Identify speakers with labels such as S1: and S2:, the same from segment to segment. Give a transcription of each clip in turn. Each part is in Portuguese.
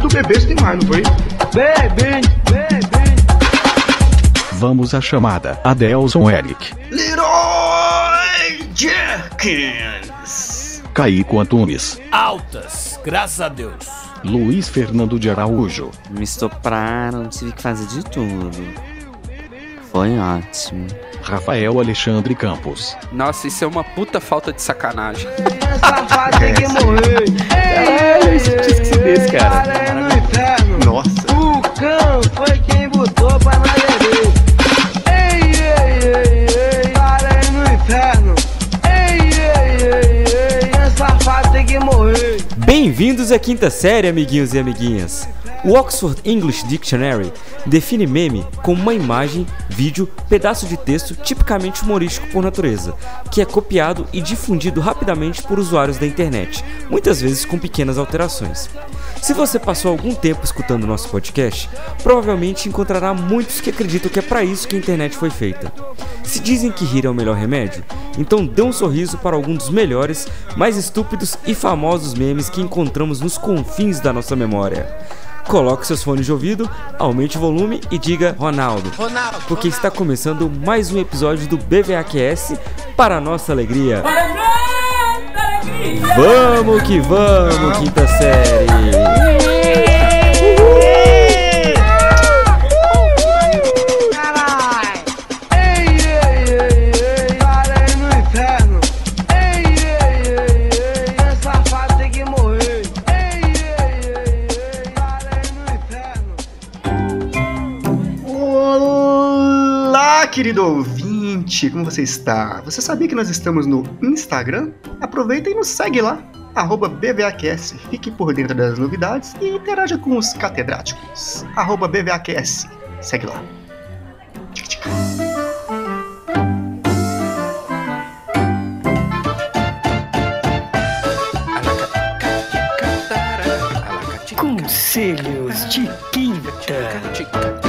S1: do bebê tem mais, não foi? Bebê, bebê.
S2: Vamos à chamada. Adelson Eric.
S3: Leroy Jenkins.
S2: Caíco Antunes.
S4: Altas, graças a Deus.
S2: Luiz Fernando de Araújo.
S5: Me estopraram, tive que fazer de tudo. Foi ótimo.
S2: Rafael Alexandre Campos.
S6: Nossa, isso é uma puta falta de sacanagem.
S1: Safado tem que morrer.
S5: Caralho, eu esqueci desse, cara.
S1: Galera no inferno.
S5: Nossa.
S1: O cão foi quem botou pra nós beber. Ei, ei, ei, ei. Galera no inferno. Ei, ei, ei, ei. Safado tem que morrer.
S7: Bem-vindos à quinta série, amiguinhos e amiguinhas. O Oxford English Dictionary define meme como uma imagem, vídeo, pedaço de texto tipicamente humorístico por natureza, que é copiado e difundido rapidamente por usuários da internet, muitas vezes com pequenas alterações. Se você passou algum tempo escutando nosso podcast, provavelmente encontrará muitos que acreditam que é para isso que a internet foi feita. Se dizem que rir é o melhor remédio, então dê um sorriso para algum dos melhores, mais estúpidos e famosos memes que encontramos nos confins da nossa memória. Coloque seus fones de ouvido, aumente o volume e diga Ronaldo. Ronaldo. Porque está começando mais um episódio do BVAQS para a nossa alegria. Vamos que vamos, quinta série.
S1: Carai! Ei, ei, ei, ei, parei no inferno. Ei, ei, ei, ei, esse safado tem que morrer. Ei, ei, ei, ei, parei no inferno.
S3: Olá, querido ouvinte, como você está? Você sabia que nós estamos no Instagram? Aproveita e nos segue lá, arroba BVAQS. Fique por dentro das novidades e interaja com os catedráticos. Arroba BVAQS. Segue lá. Tic, tic.
S8: Conselhos de quinta.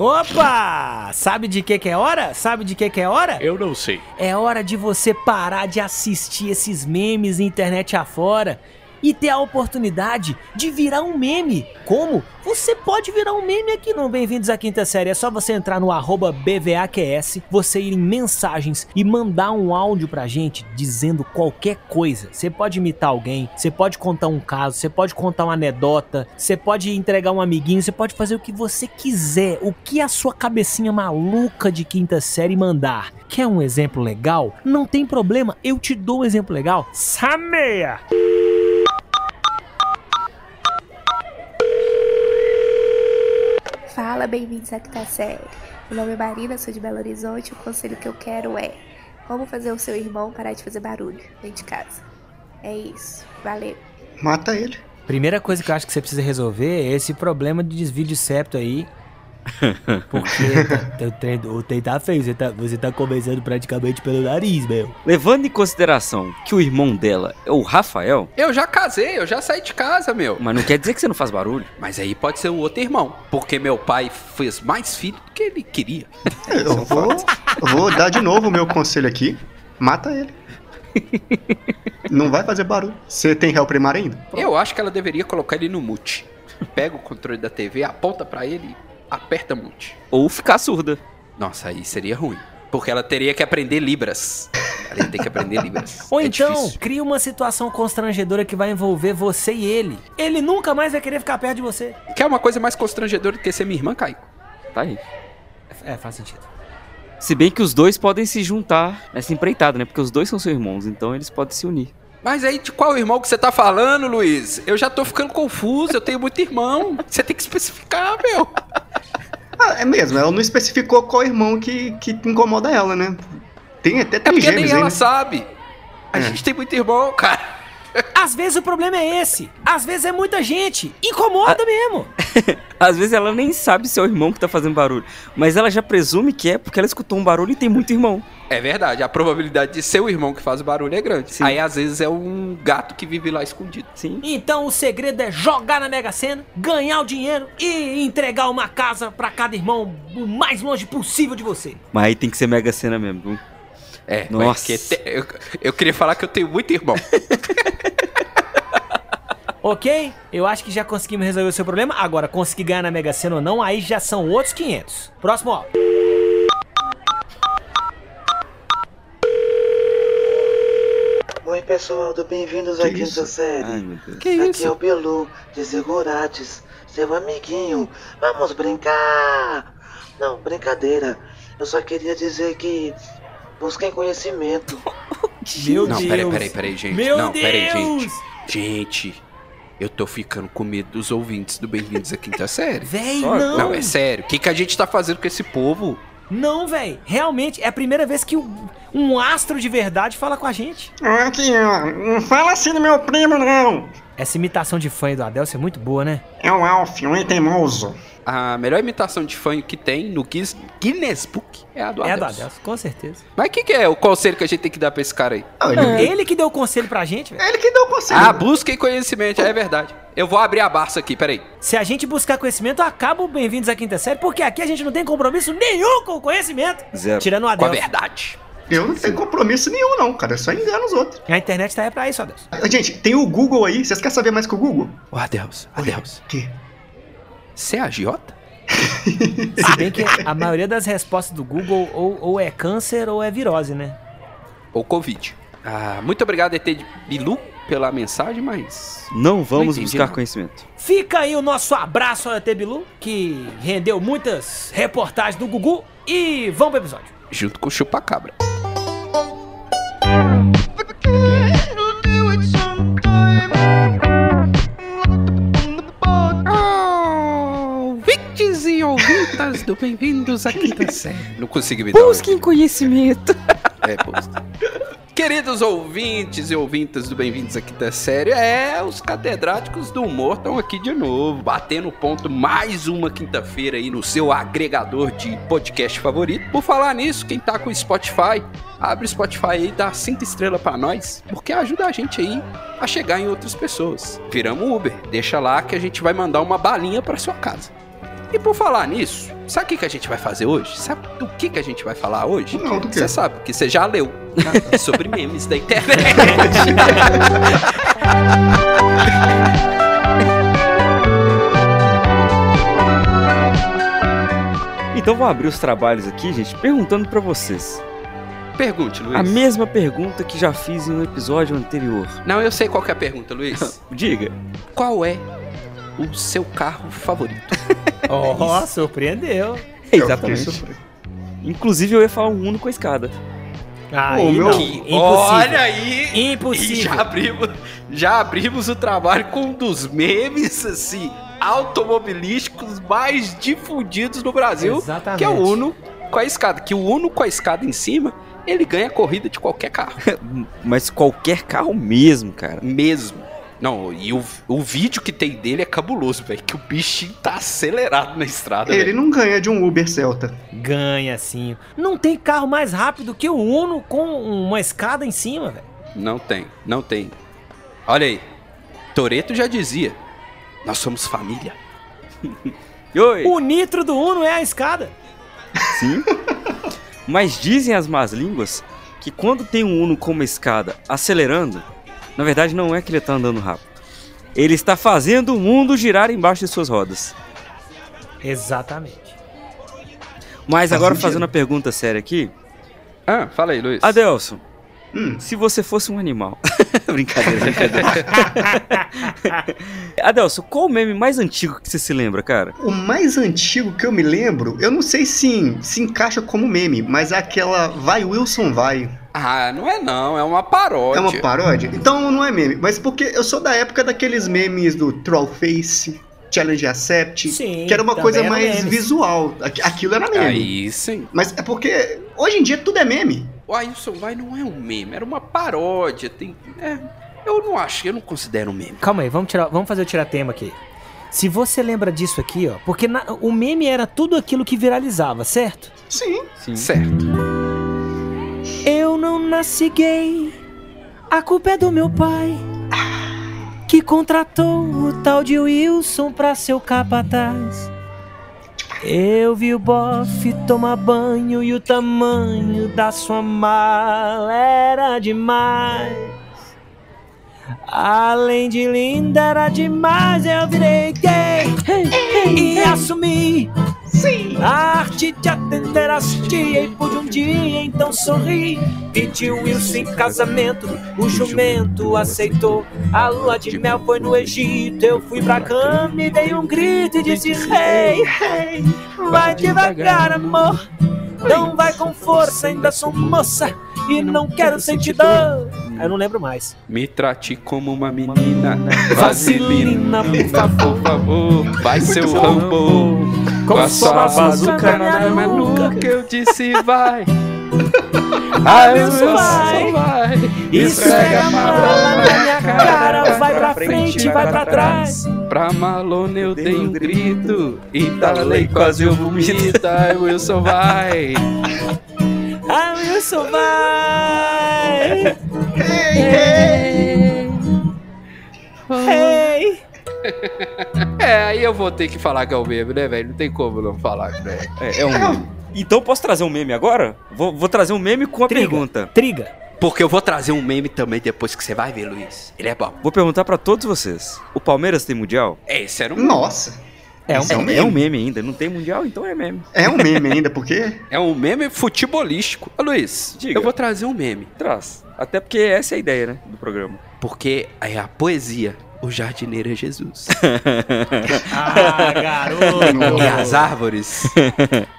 S4: Opa! Sabe de que que é hora? Sabe de que que é hora?
S9: Eu não sei.
S4: É hora de você parar de assistir esses memes internet afora e ter a oportunidade de virar um meme. Como? Você pode virar um meme aqui no Bem-vindos à Quinta Série. É só você entrar no arroba BVAQS, você ir em mensagens e mandar um áudio pra gente dizendo qualquer coisa. Você pode imitar alguém, você pode contar um caso, você pode contar uma anedota, você pode entregar um amiguinho, você pode fazer o que você quiser, o que a sua cabecinha maluca de quinta série mandar. Quer um exemplo legal? Não tem problema, eu te dou um exemplo legal. Sameia!
S10: Fala, bem-vindos à quinta série. Meu nome é Marina, sou de Belo Horizonte. O conselho que eu quero é: como fazer o seu irmão parar de fazer barulho dentro de casa? É isso. Valeu.
S3: Mata ele.
S4: Primeira coisa que eu acho que você precisa resolver é esse problema de desvio de septo aí. Porque tá- tá- o trem- o trem tá feio, você tá, você tá começando praticamente pelo nariz, meu.
S5: Levando em consideração que o irmão dela é o Rafael,
S6: Eu já casei, eu já saí de casa, meu.
S5: mas não quer dizer que você não faz barulho.
S6: Mas aí pode ser o outro irmão, porque meu pai fez mais filho do que ele queria.
S3: É, Eu vou, eu vou dar de novo o meu conselho aqui. Mata ele. Não vai fazer barulho. Você tem réu primário ainda?
S6: Eu acho que ela deveria colocar ele no mute. Pega o controle da TV, aponta pra ele e aperta mute.
S5: Ou ficar surda.
S6: Nossa, aí seria ruim. Porque ela teria que aprender Libras. Ela ia ter que aprender Libras.
S4: Ou
S6: É
S4: então,
S6: difícil.
S4: cria uma situação constrangedora que vai envolver você e ele. Ele nunca mais vai querer ficar perto de você.
S6: Quer uma coisa mais constrangedora do que ser minha irmã, Caico?
S5: Tá aí.
S4: É, faz sentido.
S5: Se bem que os dois podem se juntar nessa empreitada, né? Porque os dois são seus irmãos, então eles podem se unir.
S6: Mas aí de qual irmão que você tá falando, Luiz? Eu já tô ficando confuso, eu tenho muito irmão. Você tem que especificar, meu.
S3: Ah, é mesmo, ela não especificou qual irmão que, que incomoda ela, né? Tem até
S6: É
S3: tem
S6: porque
S3: gêmeos,
S6: nem
S3: hein?
S6: ela sabe. A gente tem muito irmão, cara.
S4: Às vezes o problema é esse. Às vezes é muita gente. Incomoda
S6: Ah.
S4: mesmo.
S5: Às vezes ela nem sabe se é o irmão que tá fazendo barulho, mas ela já presume que é porque ela escutou um barulho e tem muito irmão.
S6: É verdade, a probabilidade de ser o irmão que faz o barulho é grande. Aí às vezes é um gato que vive lá escondido.
S5: Sim.
S4: Então o segredo é jogar na Mega Sena, ganhar o dinheiro e entregar uma casa pra cada irmão o mais longe possível de você.
S5: Mas aí tem que ser mega cena mesmo. viu?
S6: É,
S5: Nossa.
S6: porque te- eu, eu queria falar que eu tenho muito irmão.
S4: Ok? Eu acho que já conseguimos resolver o seu problema. Agora, conseguir ganhar na Mega Sena ou não, aí já são outros 500. Próximo, ó.
S9: Oi pessoal, do bem-vindos à quinta série.
S5: Ai, meu Deus.
S9: Que Aqui é o Belu, de Segurates, seu amiguinho. Vamos brincar! Não, brincadeira. Eu só queria dizer que busquem conhecimento.
S4: Meu
S6: não,
S4: Deus.
S6: peraí, peraí, peraí, gente.
S4: Meu
S6: não, peraí,
S4: Deus!
S6: gente. Gente, eu tô ficando com medo dos ouvintes do Bem-vindos à Quinta Série.
S4: Véi,
S5: Só-
S4: não.
S6: Não, é sério. O que, que a gente tá fazendo com esse povo?
S4: Não, véi. Realmente, é a primeira vez que um, um astro de verdade fala com a gente.
S3: Aqui, ó. Ah, Não fala assim do meu primo, não.
S4: Essa imitação de fã do Adelson é muito boa, né?
S3: É o Alf, um item teimoso.
S6: A melhor imitação de fã que tem no Guinness, Guinness Book é a do
S4: é a do
S6: Adelson.
S4: Adelson, com certeza.
S6: Mas o que, que é o conselho que a gente tem que dar pra esse cara aí?
S3: Ah, ele, é
S4: Ele que deu o conselho pra gente, velho.
S3: ele que deu o conselho.
S6: Ah, busquem conhecimento, é verdade. Eu vou abrir a barça aqui, peraí.
S4: Se a gente buscar conhecimento, acaba o Bem-vindos à Quinta Série, porque aqui a gente não tem compromisso nenhum com o conhecimento.
S5: Zero.
S4: Tirando o
S6: Com a
S4: Adelson.
S6: verdade.
S3: eu não tenho compromisso nenhum, não, cara. Eu só engano os outros.
S4: A internet tá aí pra isso, Adelson.
S3: Gente, tem o Google aí. Vocês querem saber mais que o Google?
S6: Ô, Adelson, Adelson,
S3: O quê?
S6: você é agiota?
S4: Se bem que a maioria das respostas do Google ou, ou é câncer ou é virose, né?
S6: Ou Covid? Ah, muito obrigado, ET de Bilu, pela mensagem, mas...
S7: Não vamos
S6: entendi,
S7: buscar
S6: não.
S7: conhecimento.
S4: Fica aí o nosso abraço ao ET Bilu, que rendeu muitas reportagens do Gugu. E vamos pro episódio.
S6: Junto com o Chupacabra. Ouvintes e ouvintas do Bem-vindos à Quinta Série. Não consegui me dar. um Busquem conhecimento. É, busquem. Queridos ouvintes e ouvintas do Bem-vindos à Quinta Série, é, os catedráticos do humor estão aqui de novo, batendo ponto mais uma quinta-feira aí no seu agregador de podcast favorito. Por falar nisso, quem tá com o Spotify, abre o Spotify aí e dá cinco estrelas pra nós, porque ajuda a gente aí a chegar em outras pessoas. Viramos Uber, deixa lá que a gente vai mandar uma balinha pra sua casa. E por falar nisso, sabe o que, que a gente vai fazer hoje? Sabe do que, que a gente vai falar hoje?
S3: Não, do quê?
S6: Você sabe, porque você já leu né, sobre memes da internet.
S7: Então vou abrir os trabalhos aqui, gente, perguntando pra vocês.
S6: Pergunte, Luiz.
S7: A mesma pergunta que já fiz
S5: um
S7: no episódio anterior.
S6: Não, eu sei qual que é a pergunta, Luiz.
S7: Diga.
S6: qual é o seu carro favorito?
S4: Oh, surpreendeu.
S3: É
S5: É
S7: Exatamente. Inclusive eu ia falar um Uno com a escada.
S4: Aí
S3: Ô, meu-
S4: não,
S6: Que-
S4: impossível.
S6: Olha aí! E
S4: Impossível.
S6: já abrimos, já abrimos o trabalho com um dos memes, assim, automobilísticos mais difundidos no Brasil,
S4: Exatamente.
S6: que é o Uno com a escada. Que o Uno com a escada em cima, ele ganha a corrida de qualquer carro.
S7: Mas qualquer carro mesmo, cara.
S6: Mesmo. Não, e o, o vídeo que tem dele é cabuloso, velho. Que o bichinho tá acelerado na estrada.
S3: Ele não ganha de um Uber Celta.
S4: Ganha sim. Não tem carro mais rápido que o Uno com uma escada em cima, velho.
S6: Não tem, não tem. Olha aí. Toreto já dizia: Nós somos família.
S7: E Oi.
S4: O nitro do Uno é a escada.
S7: Sim. Mas dizem as más línguas que quando tem um Uno com uma escada acelerando, na verdade não é que ele tá andando rápido. Ele está fazendo o mundo girar embaixo de suas rodas.
S4: Exatamente.
S7: Mas
S3: Faz
S7: agora
S3: sentido.
S7: fazendo a pergunta séria aqui,
S6: Ah, fala aí, Luiz.
S7: Adelson,
S3: Hum.
S7: se você fosse um animal. brincadeira, brincadeira. Adelson, qual o meme mais antigo que você se lembra, cara?
S3: O mais antigo que eu me lembro, eu não sei se se encaixa como meme, mas é aquela Vai Wilson Vai.
S6: Ah, não é não, é uma paródia.
S3: É uma paródia? Então não é meme, mas porque eu sou da época daqueles memes do Trollface, Challenge Accept,
S4: Sim,
S3: que era uma
S4: também
S3: coisa
S4: era um
S3: mais
S4: meme.
S3: visual. Aqu- Aquilo era meme.
S6: Aí sim.
S3: Mas é porque hoje em dia tudo é meme.
S6: O Ailson vai não é um meme, era uma paródia. Tem, é, eu não acho, eu não considero um meme.
S4: Calma aí, vamos, tirar, vamos fazer o tiratema aqui. Se você lembra disso aqui, ó, porque na- o meme era tudo aquilo que viralizava, certo?
S3: Sim.
S5: Hum.
S7: Sim.
S6: Certo.
S4: Eu não nasci gay, a culpa é do meu pai, que contratou o tal de Wilson pra seu capataz. Eu vi o bofe tomar banho e o tamanho da sua mala era demais. Além de linda, era demais, eu virei gay e assumi a arte de atender as tia e pude um dia então sorrir. Pediu Wilson em casamento, o jumento aceitou. A lua de mel foi no Egito, eu fui pra cama e dei um grito e disse: Rei, rei, vai devagar, amor. Não vai com força, ainda sou moça e não quero sentir dor. Eu não lembro mais.
S6: Me trate como uma menina. Vaselina,
S4: Vaselina,
S6: por favor, por favor. Vai seu
S4: bom.
S6: Rambo. Com a sua
S4: na
S6: bazuca na
S4: minha
S6: maluca é que eu disse vai.
S4: Ah,
S6: Ah,
S4: eu
S6: eu
S4: sou
S6: vai. vai.
S4: Isso é amar na minha cara, vai pra frente, vai pra trás.
S6: Pra Malone eu dei um grito. E talei quase eu vomita. Eu Wilson vai.
S4: Ah, Wilson, vai! Ei!
S6: É, aí eu vou ter que falar que é o mesmo, né, velho? Não tem como não falar, né?
S5: É, é um meme. Então posso trazer um meme agora? Vou, vou trazer um meme com a pergunta.
S4: Triga.
S6: Porque eu vou trazer um meme também depois que você vai ver, Luiz. Ele é bom.
S5: Vou perguntar pra todos vocês. O Palmeiras tem mundial?
S6: É, esse era um.
S3: Nossa.
S5: É
S3: Isso é um
S5: um,
S3: meme.
S5: é um meme ainda. Não tem mundial, então é meme.
S3: É um meme ainda, porque
S6: É um meme futebolístico. Ô, Luiz,
S5: Diga.
S6: eu vou trazer um meme.
S5: Traz. Até porque essa é a ideia, né? Do programa.
S6: Porque é a poesia. O jardineiro é Jesus.
S4: Ah, garoto!
S6: e as árvores.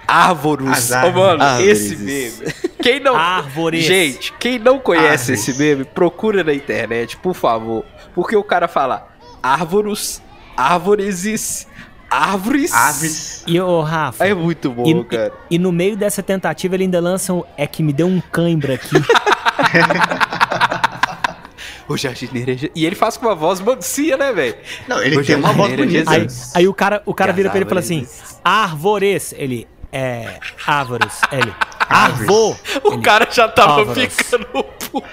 S6: Árvores.
S3: As árvores.
S6: Ô, mano,
S5: Árvores.
S6: esse meme. Quem não.
S4: Árvores!
S6: Gente, quem não conhece
S3: Árvores.
S6: esse meme, procura na internet, por favor. Porque o cara fala árvores, árvores, árvores.
S3: aves.
S4: E ô, Rafa,
S6: É muito bom,
S4: E-
S6: cara.
S4: e no meio dessa tentativa ele ainda lança um. É que me deu um cãibra aqui.
S6: O jardineiro é... Je- E ele faz com uma voz mancia, né, velho?
S3: Não, ele
S6: O
S3: tem uma voz
S6: jardineiro
S3: bonita.
S6: é
S4: Aí,
S6: Jesus.
S4: aí o cara, o cara vira pra ele e fala assim:
S6: Árvores.
S4: Árvores. Ele. É. Árvores. Ele. Arvô.
S6: O
S4: Ele-
S6: cara já tava
S4: Árvores.
S6: ficando puto.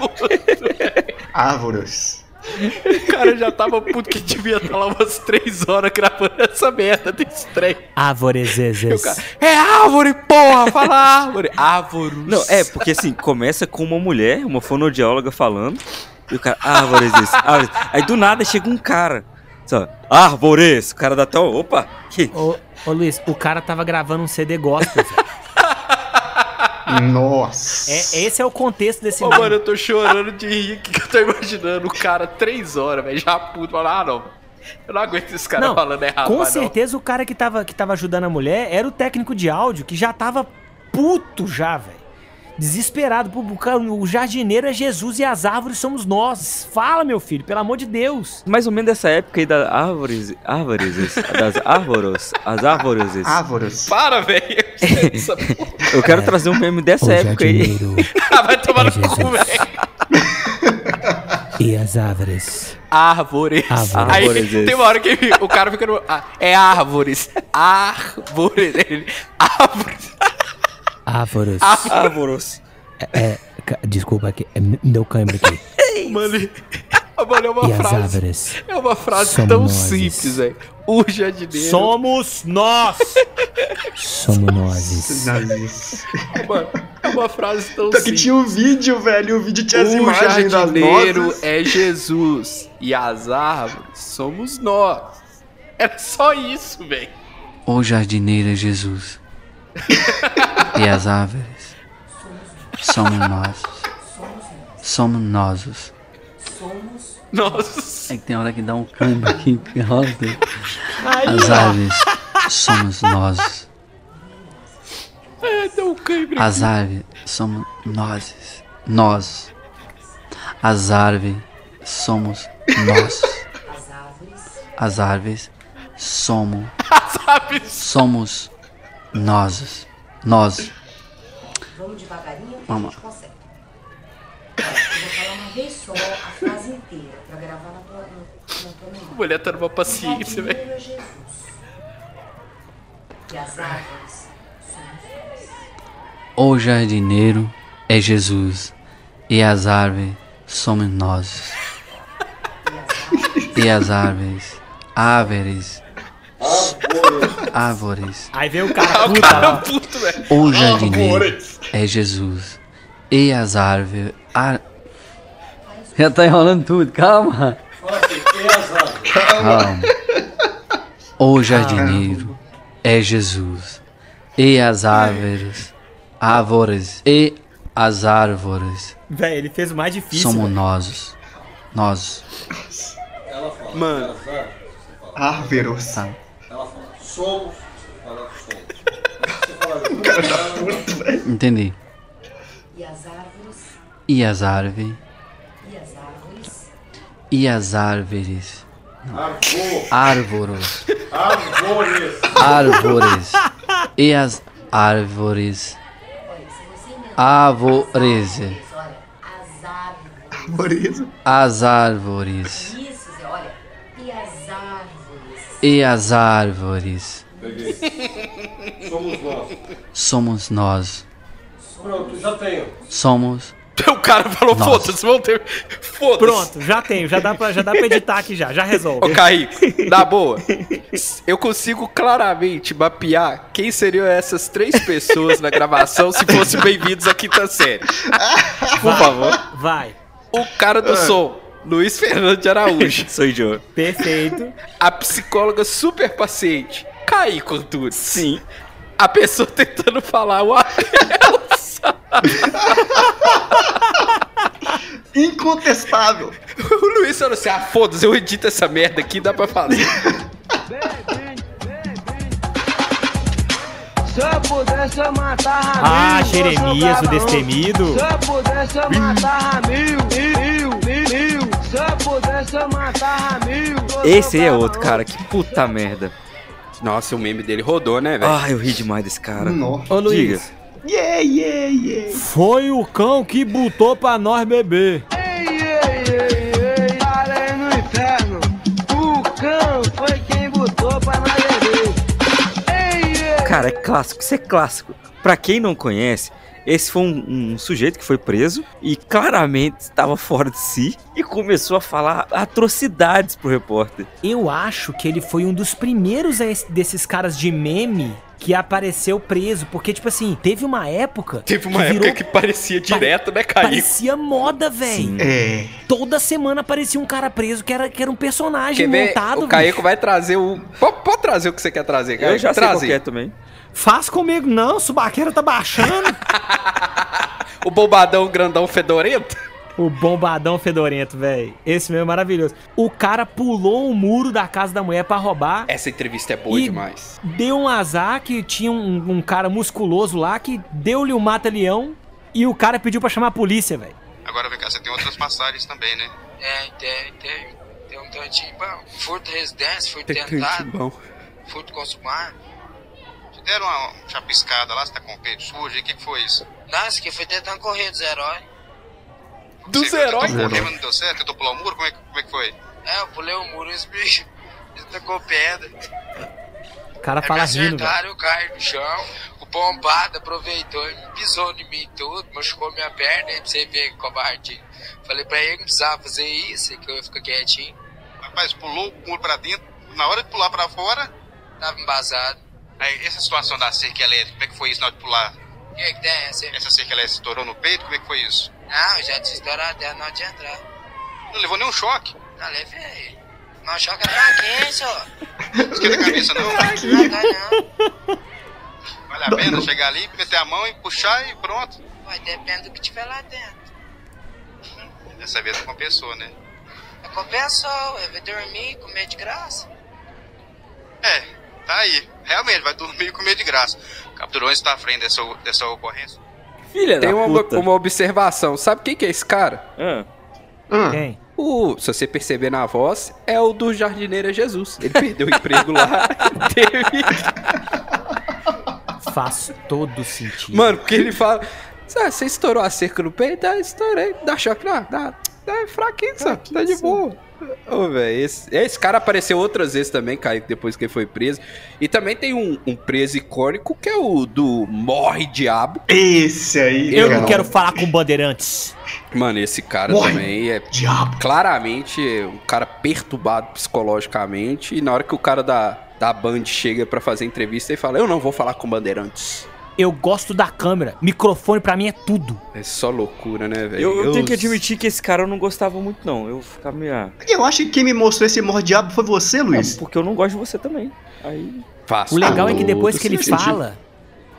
S3: Árvores.
S6: O cara já tava puto que devia estar lá umas três horas gravando essa merda desse trem.
S4: Árvores.
S6: E o cara, é árvore, porra! Fala árvore! Árvores.
S5: Não, é, porque assim, começa com uma mulher, uma fonodióloga falando, e o cara, árvores, isso, árvores. Aí do nada chega um cara, só, árvores, o cara dá até, um- opa, que...
S4: Ô, ô, Luiz, o cara tava gravando um CD gospel. velho.
S3: Nossa.
S4: é, esse é o contexto desse
S6: Ô,
S4: meme.
S6: mano, eu tô chorando de rir que eu tô imaginando o cara três horas, velho, já puto, falando, ah, não. Eu não aguento esse cara
S4: Não,
S6: falando errado,
S4: Com
S6: não.
S4: certeza o cara que tava, que tava ajudando a mulher era o técnico de áudio que já tava puto já, velho. Desesperado. Pô, o cara- o jardineiro é Jesus e as árvores somos nós. Fala, meu filho, pelo amor de Deus.
S5: Mais ou menos dessa época aí das árvores, árvores, isso, das árvores, as árvores.
S3: Ah,
S5: isso.
S3: Árvores.
S6: Para, velho. Essa porra
S5: Eu quero trazer um meme dessa época aí.
S6: Ah, vai tomar no cu, velho.
S4: e as árvores.
S6: Árvores.
S4: Árvores.
S6: Aí
S5: Árvores,
S6: tem
S5: esse.
S6: uma hora que ele- o cara fica no. ah, é árvores. Árvores. Ele, árvores.
S4: Árvores. É,
S5: Árvores.
S4: desculpa aqui, é, me deu câimbra aqui.
S6: Mano, mano, é uma frase.
S4: árvores.
S6: É uma frase
S4: Somos
S6: tão
S4: nós.
S6: simples, velho. O jardineiro.
S4: Somos nós! Somos nós.
S3: Nazis.
S6: Mano, é uma frase tão
S3: Então que
S6: simples.
S3: tinha um vídeo, velho. O vídeo tinha as
S6: O
S3: imagens das
S6: jardineiro
S3: nossas.
S6: é Jesus e as árvores somos nós. Era só isso, velho.
S11: O jardineiro é Jesus. e as árvores somos nós. Somos nós.
S6: Nossa.
S11: É que tem hora que dá um câmbio aqui que rola. tudo. As árvores somos nós.
S6: É, deu um cãibra.
S11: As árvores somos nós. Nós. As árvores somos nós. As árvores somos
S6: As árvores.
S11: Somos nós. Nós.
S12: Vamos devagarinho que
S11: Vamos
S12: a gente consegue. Eu vou falar uma vez só a frase inteira pra gravar na tua, na, na tua
S6: A
S12: memória.
S6: mulher tá numa paciência, velho.
S12: Jardineiro é Jesus. E as árvores somos nós.
S11: O jardineiro é Jesus. E as árvores somos nós. E as árvores. Árvores. Árvores.
S4: Aí vem o cara
S6: O
S4: puta
S6: cara
S4: lá.
S6: é puto, velho.
S11: O jardineiro é Jesus. E as árvores. ar-
S12: Faz
S11: Já tá enrolando tudo, calma. Calma. O jardineiro é Jesus. E as árvores, árvores e as árvores
S4: Véi, ele fez o mais difícil.
S11: somos
S4: velho.
S11: nós. Nós.
S3: Mano. Árveros.
S11: Tá.
S13: Ela fala, somos. Ela fala, somos.
S11: Entendi.
S12: E as árvores,
S11: E as árvores.
S12: e as árvores,
S11: E as árvores.
S13: Arvo-
S11: Árvores.
S13: Árvores.
S11: Árvores. E as árvores. Árvores.
S12: as árvores.
S11: As árvores.
S12: Isso, Zé, olha. E as árvores.
S11: E as árvores.
S13: Somos nós.
S11: Somos nós.
S13: Pronto, já tenho.
S11: Somos.
S6: O cara falou,
S11: Nossa.
S6: foda-se, vão ter. Foda-se.
S4: Pronto, já tenho, já dá pra, já dá pra editar aqui já, já resolve.
S6: Ô, Kaique, na boa, eu consigo claramente mapear quem seriam essas três pessoas na gravação se fossem bem-vindos à quinta série. Por favor.
S4: Vai.
S6: O cara do
S4: Ah.
S6: som, Luiz Fernando de Araújo.
S5: Sou idiota.
S4: Perfeito.
S6: A psicóloga super paciente, Kaique Antunes. Sim. A pessoa tentando falar o
S3: Incontestável.
S6: O Luiz falou assim, ah, foda-se, eu edito essa merda aqui, dá pra fazer.
S1: Se eu pudesse eu matar Ramil.
S4: Ah,
S1: eu sou
S4: Jeremias, o
S1: cabrão.
S4: destemido.
S1: Se eu pudesse eu matar Ramil. Mil, mil, mil. Se eu pudesse eu matar Ramil.
S5: Esse aí é outro, cara. Que puta merda.
S6: Nossa, o meme dele rodou, né, velho?
S5: Ah, eu ri demais desse cara.
S3: Nossa.
S4: Ô, Luiz.
S5: Diga.
S3: Yeah, yeah, yeah.
S4: Foi o cão que botou pra nós beber.
S1: Parei no inferno. O cão foi quem botou pra nós beber.
S5: Cara, é clássico, isso é clássico. Pra quem não conhece, esse foi um, um sujeito que foi preso e claramente estava fora de si e começou a falar atrocidades pro repórter.
S4: Eu acho que ele foi um dos primeiros a esse- desses caras de meme que apareceu preso, porque tipo assim, teve uma época
S6: Teve uma época que parecia direto, né, Kaique?
S4: parecia moda, velho.
S3: É.
S4: Toda semana aparecia um cara preso que era, que era um personagem
S6: Quer ver?
S4: montado,
S6: o Caíco
S4: velho.
S6: vai trazer o. Pode, pode trazer o que você quer trazer, Caíco.
S5: Eu já sei
S6: Traz
S5: qual que
S6: aí.
S5: é também.
S4: Faz comigo não, subaqueiro tá baixando.
S5: é.
S6: O bombadão grandão fedorento?
S4: O bombadão fedorento, velho. Esse mesmo é maravilhoso. O cara pulou o muro da casa da mulher pra roubar.
S6: Essa entrevista é boa
S4: E-
S6: demais.
S4: Deu um azar que tinha um, um cara musculoso lá que deu-lhe o mata-leão e o cara pediu pra chamar a polícia, velho.
S14: Agora vem cá, você tem outras passagens também, né? É, tem, tem. Tem um tantinho bom. Furto residência, furto tentado, furto consumado. Te deram uma chapiscada lá, você tá com o peito sujo, e o que, que foi isso? Nossa, que foi tentando correr dos heróis.
S6: Dos
S14: heróis?
S6: heróis?
S14: Correr, mas não deu certo, tentou pular o muro, como é, que- como é que foi? É, eu pulei o muro e os bichos, eles tacou pedra.
S4: O cara fala rindo, velho.
S14: eu caí no chão, o bombado aproveitou e me pisou em mim e tudo, machucou minha perna, aí pra você ver que covardia. Falei pra ele que não precisava fazer isso, que eu ia ficar quietinho. Rapaz, pulou o muro pra dentro, na hora de pular pra fora... Tava embasado. Aí, essa situação da cerca elétrica, como é que foi isso na hora de pular? O que que tem essa? Essa cerca elétrica estourou no peito, como é que foi isso? Não, já tinha estourado até na hora de entrar. Não levou nenhum choque? Não, levei. Mas o choque é fraquinho, senhor. Esquenta a cabeça não. Não, tá não. Vale a pena chegar ali, meter a mão e puxar e pronto. Vai, depende do que tiver lá dentro. Dessa vez não compensou, né? Compensou, vai dormir e comer de graça. É, tá aí. Realmente, vai dormir e comer de graça. Capturou antes da frente dessa, dessa ocorrência.
S5: Filha
S6: Tem
S5: da
S6: uma,
S5: puta.
S6: uma observação. Sabe quem que é esse cara? Ah.
S4: Quem?
S6: O, se você perceber na voz, é o do jardineiro é Jesus. Ele perdeu o emprego lá. Teve...
S4: Faz todo sentido.
S6: Mano, porque ele fala. "Ah, você estourou a cerca no peito? Ah, estourei. Dá choque? Ah, dá. Dá é fraquinho, só. Tá de boa. Ô, velho, esse, esse cara apareceu outras vezes também, Kaique, depois que ele foi preso. E também tem um, um preso icônico que é o do Morre Diabo.
S3: É. Esse aí,
S4: Eu
S6: cara.
S4: não quero falar com bandeirantes.
S6: Mano, esse cara
S4: Morre,
S6: também é claramente um cara perturbado psicologicamente. E na hora que o cara da, da Band chega pra fazer entrevista, ele fala: Eu não vou falar com bandeirantes.
S4: Eu gosto da câmera. Microfone pra mim é tudo.
S6: É só loucura, né, velho?
S5: Eu, eu tenho que admitir que esse cara eu não gostava muito, não. Eu ficava meio. ah, é
S3: Eu acho que quem me mostrou esse mordiabo foi você, Luiz.
S5: Porque eu não gosto de você também. Aí.
S4: O legal é que depois que ele fala,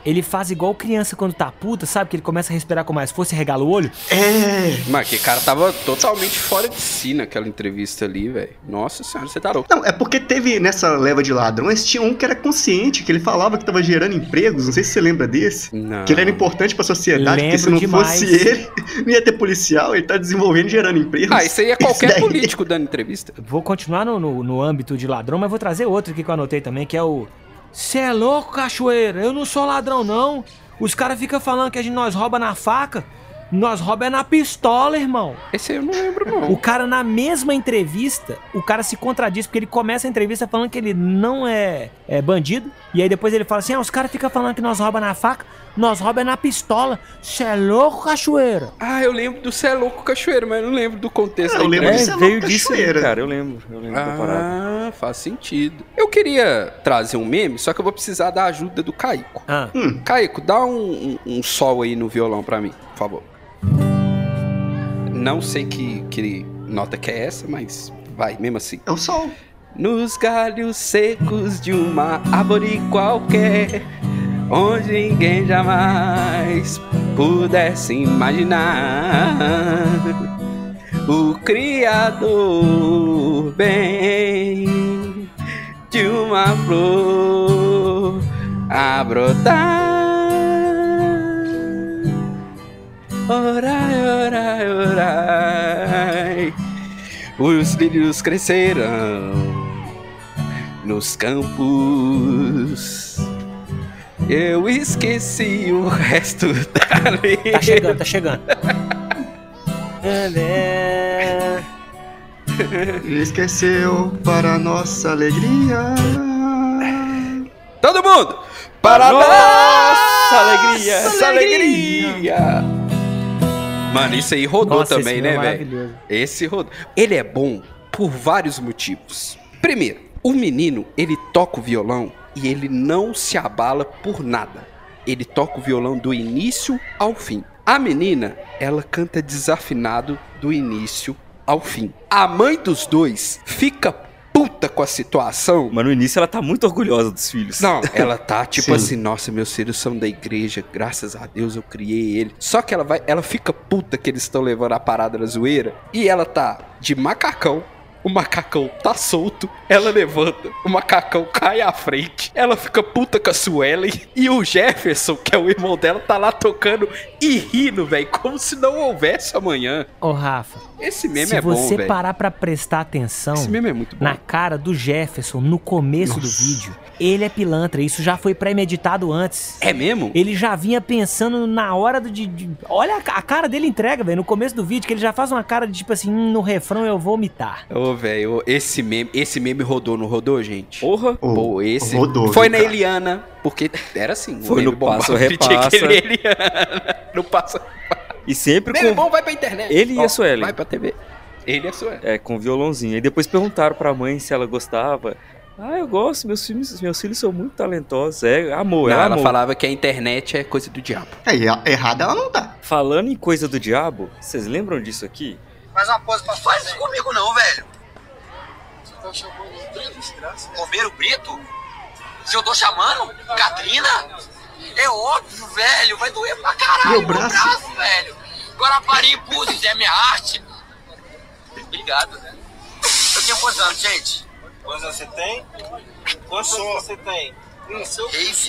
S4: ele faz igual criança quando tá puta, sabe? Que ele começa a respirar com mais força e regala o olho.
S3: É.
S6: Mas que cara tava totalmente fora de si naquela entrevista ali, velho. Nossa senhora, você tá louco.
S3: Não, é porque teve nessa leva de ladrões, tinha um que era consciente, que ele falava que tava gerando empregos, não sei se você lembra desse.
S6: Não.
S3: Que ele era importante pra sociedade, porque se
S4: Ah. Lembro
S3: não
S4: demais.
S3: fosse ele, não ia ter policial, ele tá desenvolvendo e gerando empregos.
S6: Ah, isso aí é qualquer
S3: daí-
S6: político dando entrevista.
S4: Vou continuar no, no, no âmbito de ladrão, mas vou trazer outro aqui que eu anotei também, que é o. Cê é louco, cachoeira? Eu não sou ladrão, não. Os caras ficam falando que a gente, nós rouba na faca. Nós rouba é na pistola, irmão.
S6: Esse aí eu não lembro,
S4: O
S6: não.
S4: cara, na mesma entrevista, o cara se contradiz, porque ele começa a entrevista falando que ele não é, é bandido, e aí depois ele fala assim, ah, os caras ficam falando que nós rouba na faca, nós rouba é na pistola, cê é louco, cachoeira?
S6: Ah, eu lembro do Cé Louco Cachoeiro, mas eu não lembro do contexto.
S3: Ah, Eu
S6: da
S3: lembro
S5: É,
S3: do é
S6: entrevista.
S3: Cé Louco
S5: veio disso aí,
S3: Cachoeira.
S5: cara. Eu lembro. Eu lembro da parada.
S6: Ah, faz sentido. Eu queria trazer um meme, só que eu vou precisar da ajuda do Caico.
S4: Ah,
S3: Hum,
S6: Caico, dá um, um- um sol aí no violão pra mim, por favor. Não sei que, que nota que é essa, mas vai, mesmo assim.
S3: é o sol.
S6: Nos galhos secos de uma árvore qualquer, onde ninguém jamais pudesse imaginar. O Criador bem de uma flor a brotar. Orai, orai, orai. Os lírios crescerão nos campos. Eu esqueci o resto da letra.
S4: tá chegando, tá chegando. É,
S3: Esqueceu para nossa alegria.
S6: Todo mundo! Para
S5: Nossa,
S6: nossa
S5: alegria!
S6: Nossa alegria! Mano, isso aí rodou
S4: Nossa, esse
S6: também,
S4: filme
S6: né,
S4: é
S6: velho?
S4: maravilhoso.
S6: Esse rodou. Ele é bom por vários motivos. Primeiro, o menino, ele toca o violão e ele não se abala por nada. Ele toca o violão do início ao fim. A menina, ela canta desafinado do início ao fim. A mãe dos dois fica puta com a situação
S5: Mas no início ela tá muito orgulhosa dos filhos.
S6: não, ela tá tipo
S3: Sim.
S6: assim, nossa, meus filhos são da igreja, graças a Deus eu criei ele. Só que ela vai, ela fica puta que eles estão levando a parada na zoeira e ela tá de macacão. O macacão tá solto, ela levanta, o macacão cai à frente, ela fica puta com a Suelen e o Jefferson, que é o irmão dela, tá lá tocando e rindo, velho, como se não houvesse amanhã.
S4: Ô, Rafa,
S6: Esse meme
S4: se
S6: é bom,
S4: você
S6: velho.
S4: parar pra prestar atenção...
S6: Esse meme é muito bom.
S4: na cara do Jefferson no começo do vídeo. Ele é pilantra, isso já foi premeditado antes.
S6: É mesmo?
S4: Ele já vinha pensando na hora do. De, de- olha a, ca- a cara dele entrega, velho, no começo do vídeo, que ele já faz uma cara de tipo assim: hum, no refrão eu vou vomitar.
S6: Ô, velho, esse meme, esse meme rodou, não rodou, gente?
S5: Porra.
S3: Ô,
S6: Pô, esse
S3: rodou,
S6: foi
S3: viu,
S6: na
S3: cara?
S6: Eliana, porque era assim.
S5: Foi no Passa
S6: Passo
S5: ou Repassa.
S6: Eliana. No Passa.
S5: E sempre
S6: Meme
S5: com,
S6: bom vai pra internet.
S5: Ele e
S6: Ó,
S5: a Suelen.
S6: Vai pra TV. Ele e a Suelen.
S5: é, com violãozinho. Aí depois perguntaram pra mãe se ela gostava. Ah, eu gosto, meus filhos, meus filhos são muito talentosos. É, amor,
S6: Não,
S5: ela,
S6: ela
S5: amou.
S6: falava que a internet é coisa do diabo.
S3: Aí, errada ela não tá.
S5: Falando em coisa do diabo, vocês lembram disso aqui?
S13: Faz uma pausa pra Faz isso comigo não, velho. Você tá chamando o Brito, desgraça? Romero Brito? Se eu tô chamando? Catrina? É óbvio, velho. Vai doer pra caralho.
S3: Meu braço.
S13: velho. Guarapari, Búzios, é minha arte. Obrigado, né? Eu tenho quantos anos, gente? Quantos anos você tem? Quantos anos você tem? Um. Seu Rave?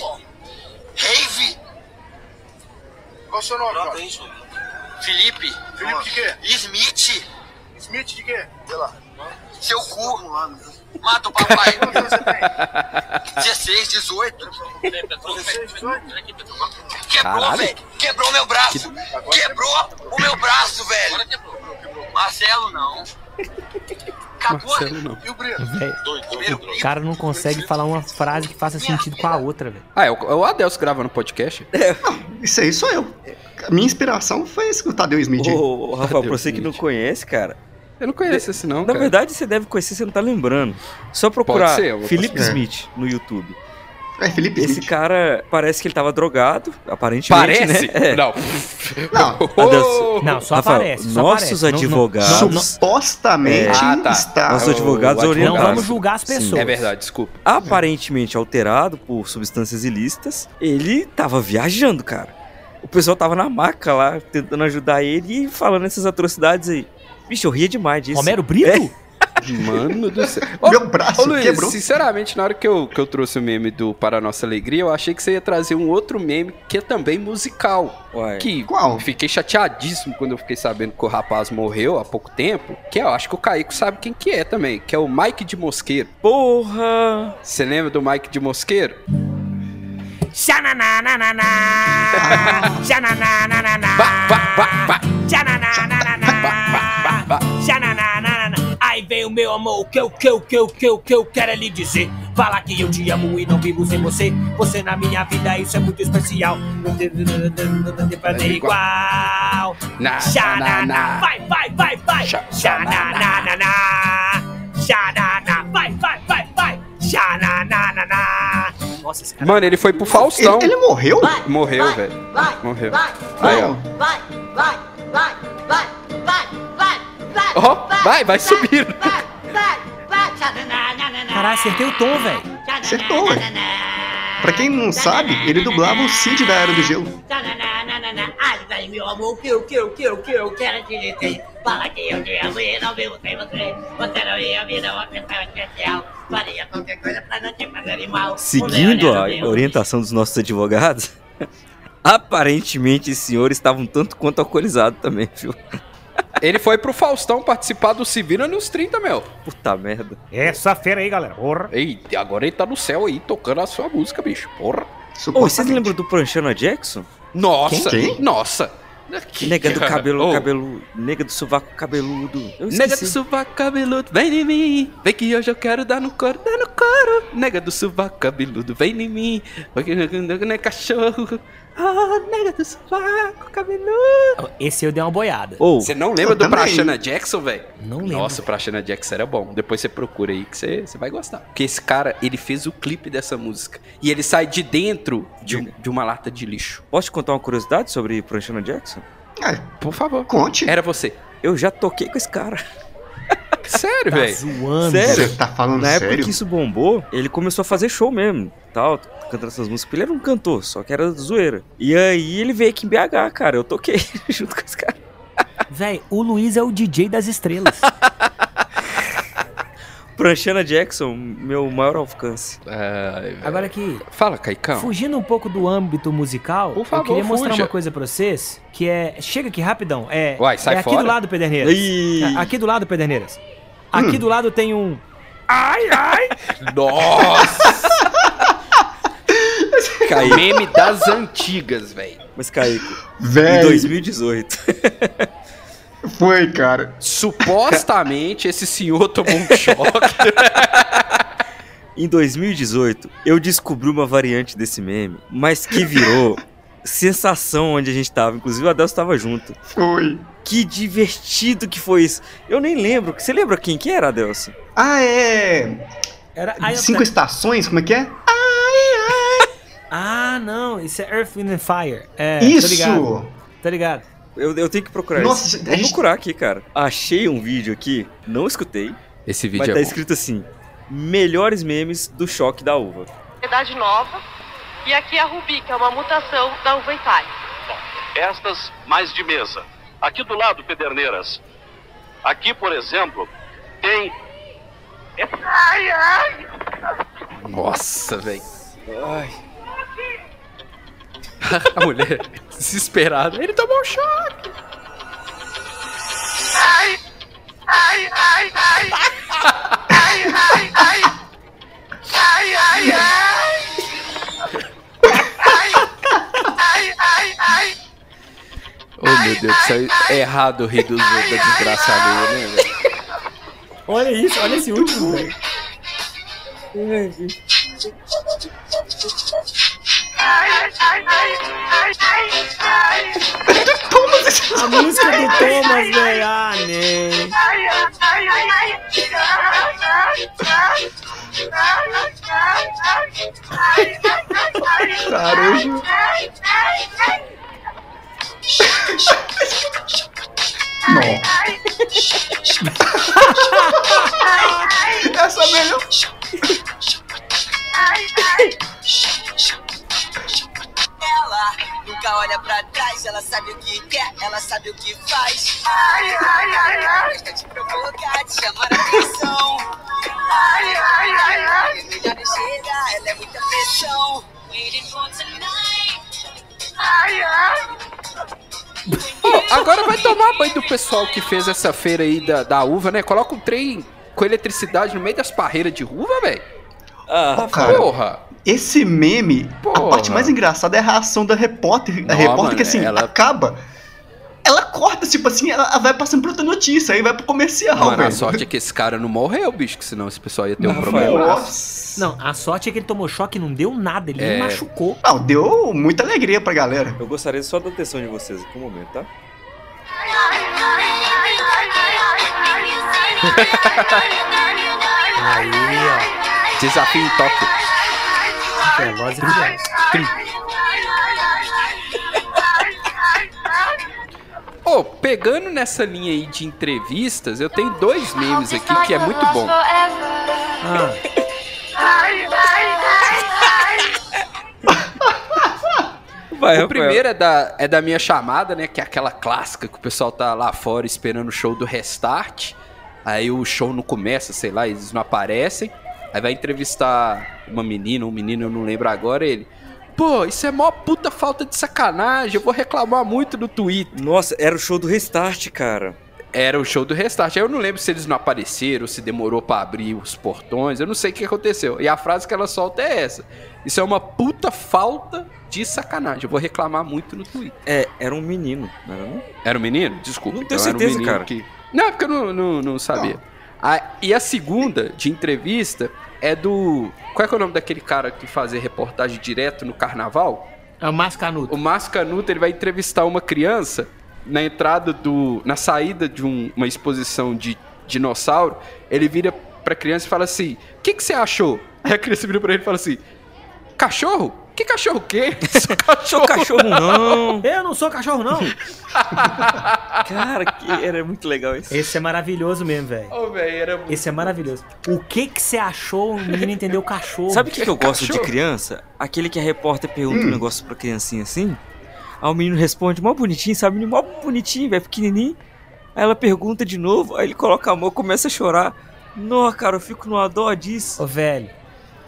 S13: Rave? Qual o seu nome, cara? Felipe. Felipe de quê? Smith. Smith de quê? Sei lá. Seu cu. Mata o papai. 16, 18. Quebrou,
S6: Caralho.
S13: velho. Quebrou meu braço. Quebrou o meu braço, velho. Marcelo, não. Acabou.
S6: Marcelo, não.
S13: E o Brito?
S4: Velho,
S13: Doido, Primeiro
S4: O
S13: Brito.
S4: cara não consegue falar uma frase que faça sentido com a outra, velho.
S6: Ah, é o, é o Adelso gravando podcast?
S3: Isso aí sou eu. A minha inspiração foi escutar Deus Smith.
S5: Ô, Rafael, pra
S6: Deus,
S5: você que não
S6: gente.
S5: conhece, cara.
S6: Eu não conheço esse não,
S5: Na
S6: cara.
S5: verdade, você deve conhecer, você não tá lembrando. Só procurar
S6: ser, eu vou
S5: Felipe
S3: procurar.
S5: Smith no YouTube.
S3: É, Felipe
S5: Esse
S3: Smith.
S5: cara parece que ele tava drogado, aparentemente.
S6: Parece?
S5: Né? É.
S6: Não.
S5: Não. Adeus.
S4: Não, só
S5: Rafael,
S4: aparece, só aparece.
S5: Nossos
S4: Não- não-
S5: advogados.
S4: não- não-
S3: Supostamente
S5: Ah, tá.
S3: está.
S5: Nossos advogados
S6: O
S5: orientados.
S6: advogado. Não vamos julgar
S4: as pessoas.
S6: É verdade, desculpa.
S5: Aparentemente alterado por substâncias ilícitas, ele tava viajando, cara. O pessoal tava na maca lá, tentando ajudar ele e falando essas atrocidades aí. Bicho, eu ria demais disso.
S4: Romero Brito?
S6: Mano do céu.
S3: Meu braço
S6: Luiz,
S3: quebrou.
S6: sinceramente, na hora que eu, que eu trouxe o meme do Para Nossa Alegria, eu achei que você ia trazer um outro meme que é também musical.
S12: É.
S5: Uai.
S6: Que
S3: Qual?
S6: fiquei chateadíssimo quando eu fiquei sabendo que o rapaz morreu há pouco tempo. Que eu acho que o Caico sabe quem que é também, que é o Mike de Mosqueiro.
S5: Porra!
S6: Você lembra do Mike de Mosqueiro?
S4: Xanananananá, xanananananá, xanananananá, xanananananá. Aí vem o meu amor, o que eu, que eu, que eu, que eu, que eu quero é lhe dizer. Fala que eu te amo e não vivo sem você. Você na minha vida, isso é muito especial. Não tem, não tem- não tem- não tem pra ter igual.
S6: Na, na,
S4: Xananá,
S6: na.
S4: vai, vai, vai, vai.
S6: Xa-
S4: Xananananá, xananá, vai, vai, vai, vai. Xananananá. Nossa, esse é
S6: Mano, ele foi pro Faustão.
S3: Ele, ele morreu?
S6: Morreu, velho.
S12: Vai,
S6: Morreu.
S12: vai,
S6: Aí, ó.
S12: vai, vai, vai, vai, vai, vai, vai.
S6: Ó, vai, vai subindo.
S4: Caralho, acertei o tom, velho.
S3: Acertou, ué. é Pra quem não sabe, ele dublava o Cid da Era do Gelo.
S12: Ai, vai, meu amor, o que, o que, o que, o que eu quero te dizer? Fala que eu te amo e não vivo sem você. Você não ia me dar uma pessoa especial. Faria qualquer coisa pra não te fazer mal.
S5: Seguindo a orientação dos nossos advogados, aparentemente esse senhor estava um tanto quanto alcoolizado também, viu?
S6: Ele foi pro Faustão participar do Se Vira nos 30, meu.
S5: Puta merda.
S4: Essa feira aí, galera. Porra.
S6: Ei, agora ele tá no céu aí tocando a sua música, bicho. Porra.
S5: Ô, vocês lembram do Pranchana Jackson?
S6: Nossa,
S3: Quem?
S6: nossa.
S5: Nega do cabelo,
S6: é, Ô.
S5: cabelo, nega do sovaco cabeludo. Eu esqueci.
S6: Nega do sovaco cabeludo, vem em mim. Vem que hoje eu quero dar no couro, dar no couro. Nega do sovaco cabeludo, vem em mim. Porque não é cachorro. Ah, nega do sovaco cabeludo.
S4: Esse eu dei uma boiada.
S5: Ô,
S6: Você não lembra
S3: Eu
S6: do
S3: também.
S6: Prashana Jackson, velho?
S4: Não lembro.
S6: Nossa, o Prashana Jackson era bom. Depois você procura aí que você, você vai gostar. Porque esse cara, ele fez o clipe dessa música. E ele sai de dentro de, um- de uma lata de lixo.
S5: posso te contar uma curiosidade sobre Pranchana Jackson?
S3: Ah,
S6: Por favor.
S3: conte.
S6: Era você.
S5: Eu já toquei com esse cara.
S6: Sério,
S4: Tá
S6: velho.
S4: zoando.
S5: É Sério?
S3: Você tá falando
S5: Na época
S3: sério?
S5: que isso bombou, ele começou a fazer show mesmo, tal, cantando essas músicas. Ele era um cantor, só que era zoeira. E aí ele veio aqui em BH, cara. Eu toquei junto com esse cara.
S4: Véi, o Luiz é o DJ das estrelas.
S5: Pranchana Jackson, meu maior alcance.
S6: Ai, velho.
S4: Agora aqui,
S6: Ah, Fala, Caicão.
S4: fugindo um pouco do âmbito musical,
S6: Por favor,
S4: eu queria mostrar
S6: fuja.
S4: uma coisa pra vocês, que é... Chega aqui rapidão. É,
S6: Uai, sai
S4: é aqui
S6: fora. Hum.
S4: do lado, Pederneiras.
S5: Ih,
S4: É, Aqui do lado, Pederneiras. Aqui do lado tem um... Ai, ai!
S6: Nossa!
S5: Caí.
S6: Meme das antigas, velho.
S5: Mas Caico, em
S3: Velho,
S5: 2018.
S3: foi, cara.
S6: Supostamente esse senhor tomou um choque.
S5: Em 2018, eu descobri uma variante desse meme, mas que virou sensação onde a gente tava. Inclusive, o Adelso tava junto.
S3: Foi.
S5: Que divertido que foi isso. Eu nem lembro. Você lembra quem que era, Adelso?
S3: Ah, é.
S4: Era, ai, eu-
S3: Cinco estações, como é que é?
S4: Ah, não, isso é Earth, Wind and Fire. É, Tá ligado,
S3: Isso!
S4: tá ligado.
S5: Eu, eu tenho que procurar
S3: Nossa,
S5: isso.
S3: gente,
S5: Vou
S3: a gente-
S5: procurar aqui, cara. Achei um vídeo aqui, não escutei,
S6: Esse
S5: mas
S6: vídeo
S5: tá
S6: é bom.
S5: escrito assim: Melhores memes do choque da uva.
S15: variedade nova. E aqui a Rubi, que é uma mutação da uva Itália.
S13: Estas mais de mesa. Aqui do lado, Pederneiras. Aqui, por exemplo, tem. Ai, ai!
S6: Nossa, velho. Ai. A mulher desesperada. Ele tomou um choque.
S13: Ai, ai, ai! Ai, ai, ai! Ai, ai, ai! Ai, ai, ai!
S6: Oh, meu Deus do céu. É errado rir dos outros, é desgraçado, né, velho?
S4: Olha isso, olha esse último, velho.
S13: Ai, ai, ai! Ai, ai, ai!
S4: A música do Thomas, velho. Ah, né.
S13: Ai, ai, ai, ai! Ai, ai, ai!
S3: Carujo. Não. Essa é melhor.
S16: Ela nunca olha pra trás, ela sabe o que quer, ela sabe o que faz.
S12: Ai, ai, ai, ai.
S16: Gosta de provocar, de chamar a atenção.
S12: Ai, ai, ai, ai.
S16: É melhor chega, ela é muita pressão. Waiting for tonight.
S12: Ai, ai.
S6: Bom, agora vai tomar banho do pessoal que fez essa feira aí da, da uva, né? Coloca um trem com eletricidade no meio das parreiras de uva, velho.
S5: Ah,
S3: Ó, cara,
S6: Porra.
S3: Esse meme, a parte mais engraçada é a reação da repórter. a
S6: Não,
S3: repórter
S6: mano,
S3: que assim,
S6: ela-
S3: acaba. Ela corta, tipo assim, ela ela vai passando pra outra notícia, aí vai pro comercial,
S6: Mano, a
S3: velho.
S6: sorte é que esse cara não morreu, bicho, que senão esse pessoal ia ter um
S3: Não,
S6: problema.
S3: Rafael,
S4: Não, a sorte é que ele tomou choque e não deu nada, ele
S6: É.
S4: nem machucou.
S3: Não, deu muita alegria pra galera.
S5: Eu gostaria só da atenção de vocês aqui um momento, tá?
S6: Aí, ó. é Desafio em Tóquio.
S4: Veloz e furioso.
S6: Ô, pegando nessa linha aí de entrevistas, eu tenho dois memes aqui que é muito bom.
S4: Ah,
S6: o primeiro é da, é da minha chamada, né? Que é aquela clássica que o pessoal tá lá fora esperando o show do Restart. Aí o show não começa, sei lá, eles não aparecem. Aí vai entrevistar uma menina, um menino, eu não lembro agora, ele. Pô, isso é mó puta falta de sacanagem, eu vou reclamar muito no Twitter.
S5: Nossa, era o show do Restart, cara.
S6: Era o show do Restart. Aí eu não lembro se eles não apareceram, se demorou pra abrir os portões, eu não sei o que aconteceu. E a frase que ela solta é essa: Isso é uma puta falta de sacanagem, eu vou reclamar muito no Twitter.
S5: É, era um menino, não era não?
S6: Era um menino? Desculpa.
S5: Não tenho
S6: então era um
S5: certeza,
S6: menino
S5: cara.
S6: que- Não, é porque eu não, não, não sabia. A- e a segunda de entrevista é do. Qual é, que é o nome daquele cara que fazia reportagem direto no carnaval?
S4: É o Márcio Canuto.
S6: O Márcio Canuto ele vai entrevistar uma criança na entrada do. na saída de um- uma exposição de dinossauro. Ele vira pra criança e fala assim: O que, que você achou? Aí a criança vira pra ele e fala assim: Cachorro? Que cachorro o quê? Sou cachorro,
S4: Eu não sou cachorro, não.
S5: Cara, que era muito legal esse.
S4: Esse é maravilhoso mesmo, velho.
S6: Ô, velho, era muito
S4: Esse é maravilhoso. O que que você achou? O menino entendeu cachorro.
S5: Sabe o que, que eu gosto de
S4: Cachorro.
S5: criança? Aquele que a repórter pergunta
S4: Hum.
S5: um negócio pra criancinha assim. Aí o menino responde, mó bonitinho, sabe? O menino mó bonitinho, velho, pequenininho. Aí ela pergunta de novo, aí ele coloca a mão, começa a chorar. Nó, cara, eu fico numa dó disso.
S4: Ô, velho.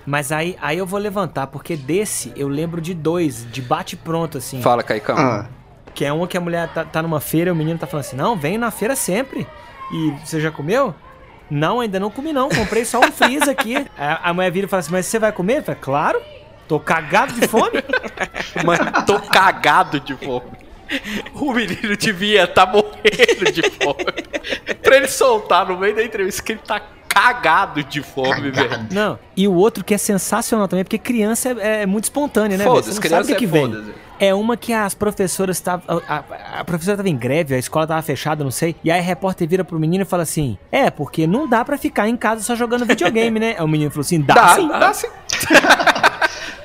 S4: Mas aí, aí eu vou levantar, porque desse eu lembro de dois, de bate-pronto, assim.
S6: Fala, Caicão.
S3: Ah.
S4: Que é uma que a mulher tá, tá numa feira e o menino tá falando assim: não, vem na feira sempre. E você já comeu? Não, ainda não comi, não. Comprei só um freeze aqui. A, a mulher vira e fala assim: mas você vai comer? Ele Fala, claro. Tô cagado de fome.
S6: Mano, tô cagado de fome. O menino devia tá morrendo de fome. pra ele soltar no meio da entrevista que ele tá cagado de fome, velho.
S4: Não, e o outro que é sensacional também, porque criança é, é muito espontânea, né? velho? Você
S6: Foda-se,
S4: não
S6: criança
S4: sabe o que
S6: é
S4: que vem.
S6: foda-se.
S4: É uma que as professoras estavam. A, a- a professora estava em greve, a escola estava fechada, não sei. E aí a repórter vira pro menino e fala assim: É, porque não dá pra ficar em casa só jogando videogame, né? Aí o menino falou assim: Dá,
S6: Dá,
S4: sim.
S6: dá sim.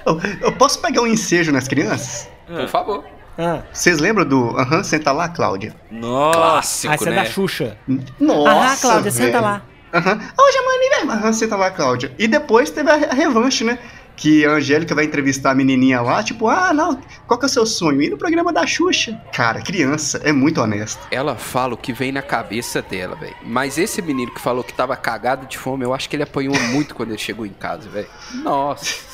S3: Eu, eu posso pegar um ensejo nas crianças?
S6: Por favor.
S4: Ah,
S3: Vocês lembram do Aham, senta lá, Cláudia?
S5: Nossa.
S4: Aí você é da Xuxa.
S3: Nossa.
S4: Aham, Cláudia, senta
S3: velho.
S4: lá.
S3: Aham. Hoje é meu aniversário. Aham, senta lá, Cláudia. E depois teve a re- a revanche, né? Que a Angélica vai entrevistar a menininha lá, tipo, ah, não, qual que é o seu sonho? Ir no programa da Xuxa. Cara, criança é muito honesta.
S6: Ela fala o que vem na cabeça dela, velho. Mas esse menino que falou que tava cagado de fome, eu acho que ele apanhou muito quando ele chegou em casa, velho. Nossa.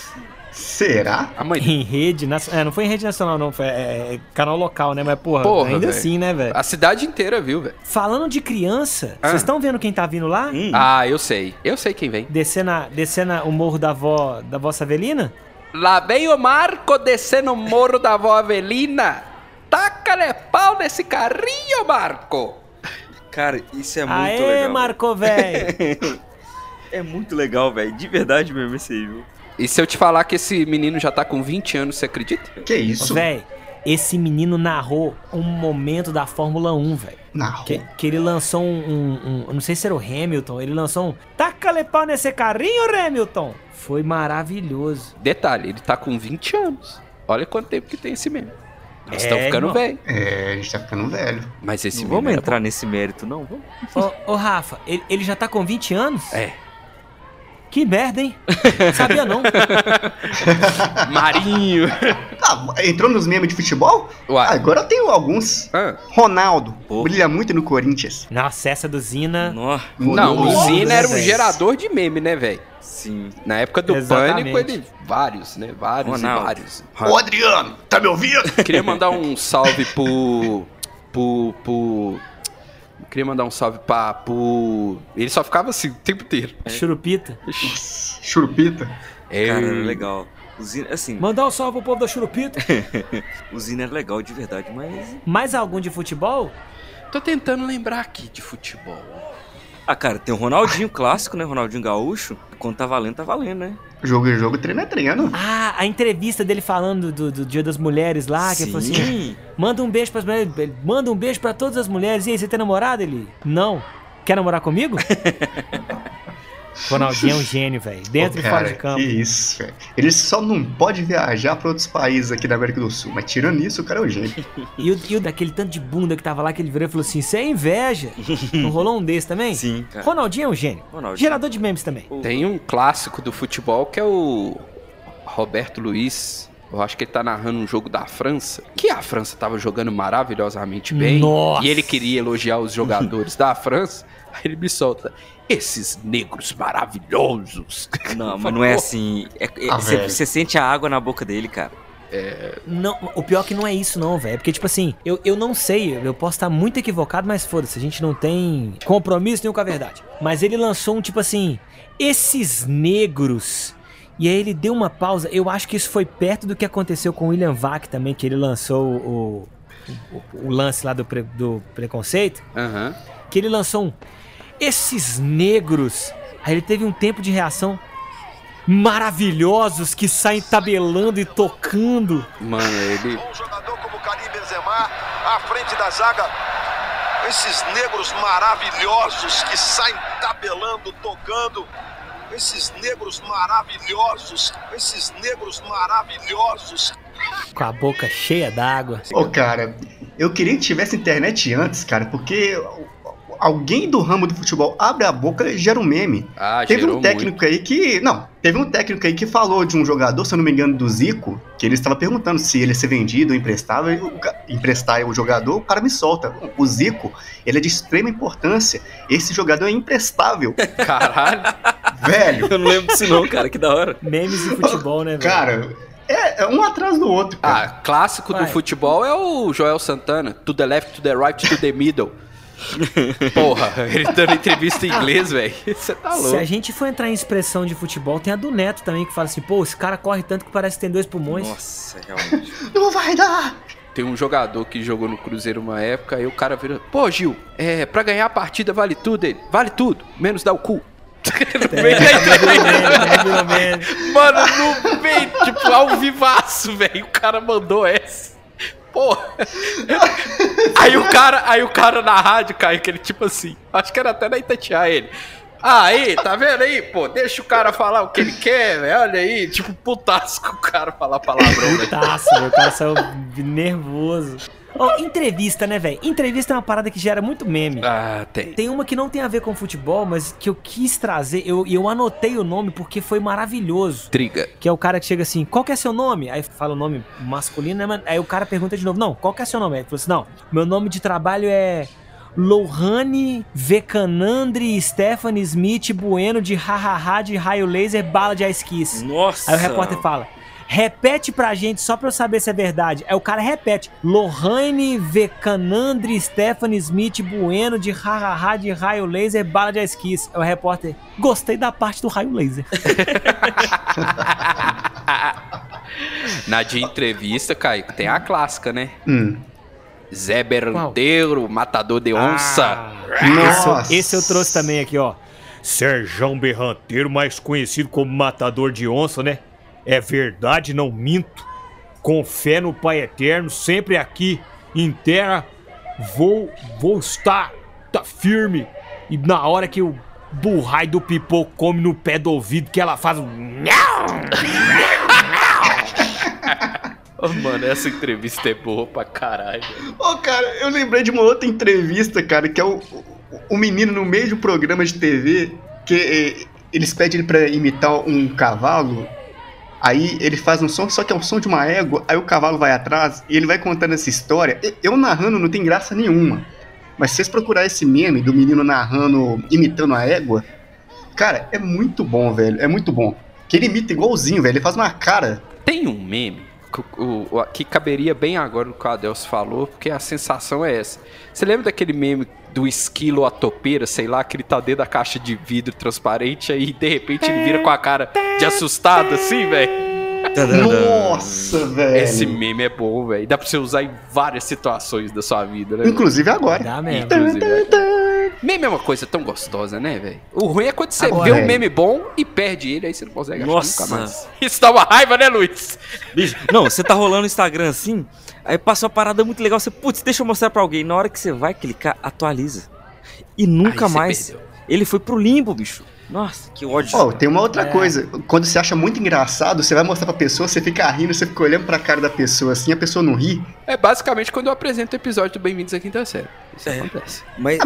S3: Será?
S6: A mãe
S4: Em rede nacional. É, não foi em rede nacional, não. Foi é, é, canal local, né? Mas, porra,
S6: Porra,
S4: ainda
S6: velho.
S4: assim, né, velho?
S6: A cidade inteira viu, velho.
S4: Falando de criança,
S6: Ah.
S4: vocês estão vendo quem tá vindo lá?
S6: Ah, eu sei. Eu sei quem vem.
S4: Descendo, a- descendo a- o morro da vó da vossa Avelina?
S6: Lá vem o Marco descendo o morro da avó Avelina. Taca-lhe pau nesse carrinho, Marco.
S5: Cara, isso é muito
S4: Aê,
S5: legal.
S4: Marco, velho.
S5: é muito legal, velho. De verdade mesmo esse aí, viu?
S6: E se eu te falar que esse menino já tá com 20 anos, você acredita?
S3: Que
S4: Ô, Véi, esse menino narrou um momento da Fórmula 1, velho.
S3: Narrou?
S4: Que, que ele lançou um, um- um- eu Não sei se era o Hamilton, ele lançou um. Tá Taca-lhe pau nesse carrinho, Remilton. Foi maravilhoso.
S6: Detalhe, ele tá com 20 anos. Olha quanto tempo que tem esse meme. Nós
S4: É,
S6: estamos ficando
S4: irmão.
S6: velho.
S3: É, a gente tá ficando velho.
S6: Mas esse
S5: Não vamos
S4: é
S6: meme era
S5: entrar
S6: bom.
S5: nesse mérito, não. Vamos.
S4: Ô, ô, Rafa, ele, ele já tá com 20 anos?
S6: É.
S4: Que merda, hein? Sabia não.
S6: Marinho.
S3: Ah, entrou nos memes de futebol? Agora eu tenho alguns. Ronaldo. Brilha muito no Corinthians.
S4: Nossa, essa do Zina.
S6: Não, o
S3: Nossa,
S6: Zina era um
S3: velho.
S6: gerador de meme, né, velho?
S5: Sim.
S6: Na época do
S4: Exatamente.
S6: Pânico, ele... Vários, né? Vários
S5: Ronaldo.
S6: e vários.
S3: Ô, Adriano, tá me ouvindo?
S6: Queria mandar um salve pro... Pro... pro... Queria mandar um salve pra... Pro... Ele só ficava assim o tempo inteiro.
S5: É.
S4: Churupita.
S3: Churupita.
S6: É.
S5: Cara, era legal. O Zina, assim,
S4: Mandar um salve pro povo da Churupita.
S5: o Zina era legal de verdade, mas.
S4: Mais algum de futebol?
S6: Tô tentando lembrar aqui de futebol.
S5: Ah, cara, tem o Ronaldinho clássico, né? Ronaldinho Gaúcho. Quando tá valendo, tá valendo, né?
S3: Jogo é jogo, treino é treino.
S4: Ah, a entrevista dele falando do, do Dia das Mulheres
S5: Ah,
S4: lá, que ele falou assim:
S5: Sim.
S4: manda um beijo pras mulheres, ele, manda um beijo pra todas as mulheres. E aí, você tem namorado? Ele, não. Quer namorar comigo? Ronaldinho é um gênio, velho. Dentro
S3: Ô,
S4: e fora
S3: cara,
S4: de campo.
S3: Que isso, velho. Ele só não pode viajar pra outros países aqui da América do Sul, mas tirando isso, o cara é o gênio.
S4: E o, e o daquele tanto de bunda que tava lá, que ele virou e falou assim: Isso é inveja. Não rolou um desse também?
S5: Sim, cara.
S4: Ronaldinho é um gênio.
S5: Ronaldinho.
S4: Gerador de memes também.
S6: Tem um clássico do futebol que é o Roberto Luiz. Eu acho que ele tá narrando um jogo da França. Que a França tava jogando maravilhosamente bem.
S4: Nossa.
S6: E ele queria elogiar os jogadores da França. Aí ele me solta. Esses negros maravilhosos.
S5: Não, mas não é assim. É- é-
S6: Ah,
S5: Você
S6: velho.
S5: você sente a água na boca dele, cara.
S4: Não, o pior é que não é isso, não, velho. Porque, tipo assim, eu, eu não sei, eu posso estar muito equivocado, mas foda-se, a gente não tem compromisso nenhum com a verdade. Mas ele lançou um tipo assim: esses negros. E aí ele deu uma pausa. Eu acho que isso foi perto do que aconteceu com o William Vac também, que ele lançou o, o, o lance lá do, pre- do preconceito.
S6: Aham.
S4: Que ele lançou um. Esses negros. Aí ele teve um tempo de reação. Maravilhosos que saem tabelando e tocando.
S6: Mano, ele.
S13: Um Benzema à frente da zaga. Esses negros maravilhosos que saem tabelando, tocando. Esses negros maravilhosos, esses negros maravilhosos.
S4: Com a boca cheia d'água.
S3: Ô, cara, eu queria que tivesse internet antes, cara, porque alguém do ramo do futebol abre a boca e gera um meme.
S6: Ah,
S3: teve
S6: gerou
S3: um técnico aí que. Não, teve um técnico aí que falou de um jogador, se eu não me engano, do Zico, que ele estava perguntando se ele ia ser vendido ou emprestado, e o ca- emprestar o jogador, o cara me solta. O Zico, ele é de extrema importância. Esse jogador é imprestável.
S6: Caralho.
S3: Velho.
S5: Eu não lembro disso, não, cara. Que da hora.
S4: Memes e futebol, né, velho?
S3: Cara, é, é um atrás do outro,
S6: Ah,
S3: cara.
S6: clássico do
S3: Vai.
S6: futebol é o Joel Santana. To the left, to the right, to the middle. Porra, ele dando entrevista em inglês, velho. Você tá
S4: Se a
S6: louco.
S4: gente for entrar em expressão de futebol, tem a do Neto também que fala assim: pô, esse cara corre tanto que parece que tem dois pulmões.
S5: Nossa, é realmente.
S4: Ah.
S3: Não vai dar!
S6: Tem um jogador que jogou no Cruzeiro uma época, aí o cara vira. Pô, Gil, é, pra ganhar a partida vale tudo, ele. Vale tudo, menos dar o cu. No meio da
S4: É, né,
S6: entrevista. Mano, no meio, tipo, ao vivaço, velho. O cara mandou essa. Porra. Aí o cara, aí o cara na rádio, Caio, que ele tipo assim, acho que era até na Itatiaia ele. Aí, tá vendo aí? Pô, deixa o cara falar o que ele quer, velho. Olha aí, tipo, putaço com o cara falar palavrão, né? velho.
S4: Putaço, meu, o cara saiu nervoso. Ó, entrevista, né, velho? Entrevista é uma parada que gera muito meme.
S6: Ah, tem.
S4: Tem uma que não tem a ver com futebol, mas que eu quis trazer, eu, eu anotei o nome porque foi maravilhoso.
S6: Triga.
S4: Que é o cara que chega assim, qual que é seu nome? Aí fala o nome masculino, né, mano? Aí o cara pergunta de novo, não, qual que é seu nome? Aí ele falou assim, não, meu nome de trabalho é Lohane Vecanandre Stephanie Smith Bueno de hahaha de raio laser bala de ice kiss.
S5: Nossa!
S4: Aí o repórter fala, repete pra gente só pra eu saber se é verdade. Aí o cara repete, Lohane Vecanandre Stephanie Smith Bueno de hahaha de raio laser bala de ice kiss. Aí o repórter, gostei da parte do raio laser.
S6: Na de entrevista, Caio, tem a clássica, né?
S3: Hum.
S6: Zé Berranteiro, matador de onça.
S4: Esse, eu- esse eu trouxe também aqui, ó. Serjão Berranteiro, mais conhecido como Matador de Onça, né? É verdade, não minto. Com fé no Pai Eterno, sempre aqui em terra, vou, vou estar tá firme. E na hora que o
S17: Burrai do pipoco come no pé do ouvido que ela faz um.
S6: Ô, Oh, mano, essa entrevista é boa pra caralho.
S3: Ô, cara, eu lembrei de uma outra entrevista, cara, que é o, o, o menino no meio de um programa de TV que eh, eles pedem ele pra imitar um cavalo. Aí ele faz um som, só que é o som de uma égua, aí o cavalo vai atrás e ele vai contando essa história. E- Eu narrando não tem graça nenhuma. Mas se vocês procurarem esse meme do menino narrando, imitando a égua, cara, é muito bom, velho. É muito bom. Que ele imita igualzinho, velho. Ele faz uma cara.
S6: Tem um meme que, o- o- que caberia bem agora no que o Adelso falou, porque a sensação é essa. Você lembra daquele meme do esquilo a topeira, sei lá, que ele tá dentro da caixa de vidro transparente aí de repente ele vira com a cara de assustado assim, velho?
S3: Nossa, velho.
S6: Esse meme é bom, velho. Dá pra você usar em várias situações da sua vida, né?
S3: Inclusive agora.
S6: Dá mesmo. Inclusive, velho. meme é uma coisa tão gostosa, né, velho? O ruim é quando você
S17: Agora,
S6: vê um
S17: velho.
S6: meme bom e perde ele, aí você não consegue achar
S5: Nossa.
S6: nunca mais. Isso dá uma raiva, né, Luiz?
S5: Bicho, não, você tá rolando no Instagram assim, aí passa uma parada muito legal, você, putz, deixa eu mostrar pra alguém. Na hora que você vai clicar, atualiza. E nunca
S3: Aí você
S5: mais. Ele foi pro limbo, bicho. Nossa, que ódio.
S3: Ó, tem uma
S4: É.
S3: outra coisa. Quando você acha muito engraçado, você vai mostrar pra pessoa, você fica rindo, você fica olhando pra cara da pessoa assim, a pessoa não ri.
S6: É basicamente quando eu apresento o episódio do Bem-vindos à Quinta Série. Isso acontece.
S3: Ah,
S5: Mas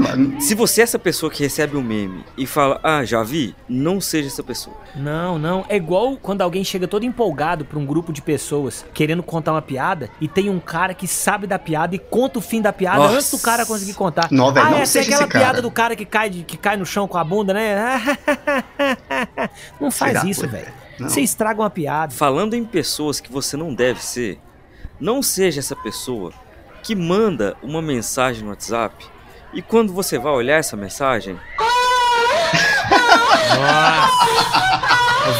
S5: se você é essa pessoa que recebe um meme e fala, ah, já vi, não seja essa pessoa.
S4: Não, não. É igual quando alguém chega todo empolgado pra um grupo de pessoas querendo contar uma piada e tem um cara que sabe da piada e conta o fim da piada
S3: Nossa.
S4: antes do cara conseguir contar.
S3: Não, velho,
S4: ah,
S3: não
S4: essa é
S3: seja esse
S4: aquela
S3: cara.
S4: piada do cara que cai, de- que cai no chão com a bunda, né? não faz
S5: Será,
S4: isso,
S5: pô?
S4: velho.
S5: Não.
S4: Você estraga uma piada.
S5: Falando em pessoas que você não deve ser, não seja essa pessoa que manda uma mensagem no WhatsApp e quando você vai olhar essa mensagem,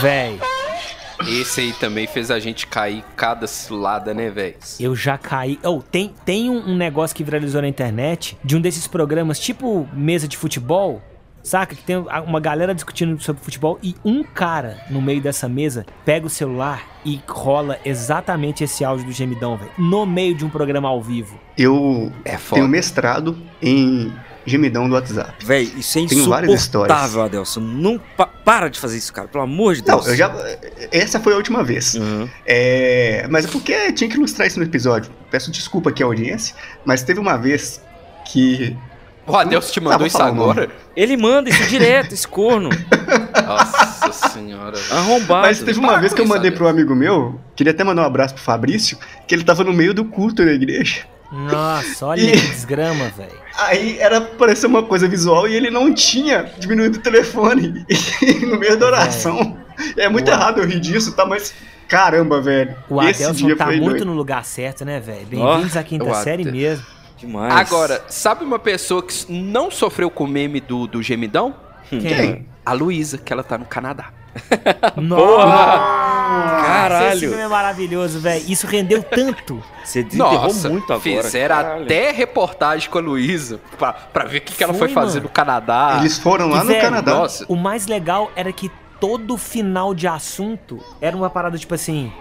S4: Véi.
S6: Esse aí também fez a gente cair cada cilada, né, velho?
S4: Eu já caí. Oh, tem tem um, um negócio que viralizou na internet de um desses programas, tipo mesa de futebol, saca? Que tem uma galera discutindo sobre futebol e um cara no meio dessa mesa pega o celular e rola exatamente esse áudio do gemidão, velho. No meio de um programa ao vivo.
S3: Eu
S6: É
S4: foda.
S3: tenho mestrado em gemidão do WhatsApp.
S5: Véi, isso é
S3: Tenho várias histórias.
S5: insuportável, Adelson. Não pa- para de fazer isso, cara. Pelo amor de
S3: Não,
S5: Deus.
S3: eu já. Essa foi a última vez.
S6: Uhum.
S3: É, mas é porque tinha que ilustrar isso no episódio. Peço desculpa aqui à audiência, mas teve uma vez que.
S6: O Adeus te
S3: Não,
S6: mandou
S3: vou
S6: isso
S3: falar o nome.
S6: agora?
S5: Ele manda isso direto, esse corno.
S6: Nossa senhora.
S4: Ah,
S5: Arrombado.
S3: Mas teve uma vez que eu mandei pra um amigo meu, queria até mandar um abraço pro Fabrício, que ele tava no meio do culto da igreja.
S4: Nossa, olha que desgrama, velho.
S3: Aí era parecer uma coisa visual e ele não tinha diminuído o telefone no meio da oração. É muito
S4: Uau.
S3: errado eu rir disso, tá? Mas caramba, velho.
S4: O
S3: esse
S4: Adelson
S3: dia
S4: tá
S3: foi
S4: muito
S3: doido.
S4: no lugar certo, né, velho? Bem-vindos à quinta
S6: o
S4: série
S6: Adel-
S4: mesmo.
S5: Demais.
S6: Agora, sabe uma pessoa que não sofreu com o meme do, do gemidão?
S4: Quem?
S6: A Luísa, que ela tá no Canadá.
S4: Ah! Nossa,
S6: Caralho.
S4: Esse filme é maravilhoso, velho. Isso rendeu tanto.
S5: Você
S6: Nossa, Fizeram até reportagem com a Luísa pra, pra ver o que, que ela
S4: Foi,
S6: foi fazer
S4: mano.
S6: no
S3: Ah,
S6: Canadá.
S4: E, velho,
S6: Nossa,
S4: O mais legal era que todo final de assunto era uma parada tipo assim: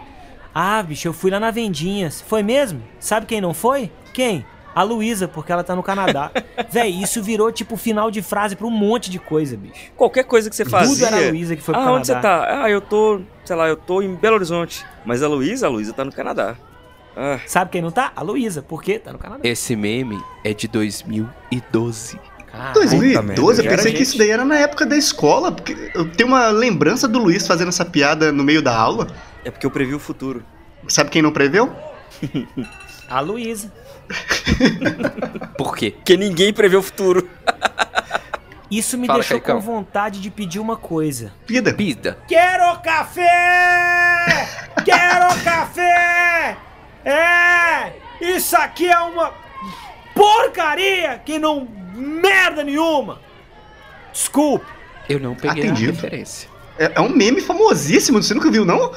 S4: Ah, bicho, eu fui lá na Vendinhas. Foi mesmo? Sabe quem não foi? Quem? A Luísa, porque ela tá no Canadá. Véi, isso virou tipo final de frase pra um monte de coisa, bicho.
S5: Qualquer coisa que você
S4: Tudo
S5: fazia.
S4: era a Luísa que foi
S5: ah,
S4: pro
S5: onde você
S4: Canadá."
S5: tá? Ah, eu tô, sei lá, eu tô em Belo Horizonte. Mas a Luísa, a Luísa tá no Canadá.
S4: Sabe quem não tá? A Luísa, porque tá no Canadá.
S6: esse meme é de 2012.
S4: Caralho.
S3: 2012, eu
S6: Era
S3: pensei que
S6: gente.
S3: isso daí era na época da escola, porque eu tenho uma lembrança do Luiz fazendo essa piada no meio da aula.
S5: É porque eu previ o futuro.
S3: Sabe quem não preveu?
S4: A Luísa.
S6: Por quê?
S5: Porque ninguém prevê o futuro.
S4: Isso me
S5: Fala,
S4: deixou
S5: Caicão.
S4: com vontade de pedir uma coisa.
S3: Pida.
S6: Pida.
S4: Quero café! Quero café! É! Isso aqui é uma porcaria que não merda nenhuma! Desculpe!
S6: Eu não peguei a
S3: Atendido.
S6: referência.
S3: É, é um meme famosíssimo, você nunca viu, não?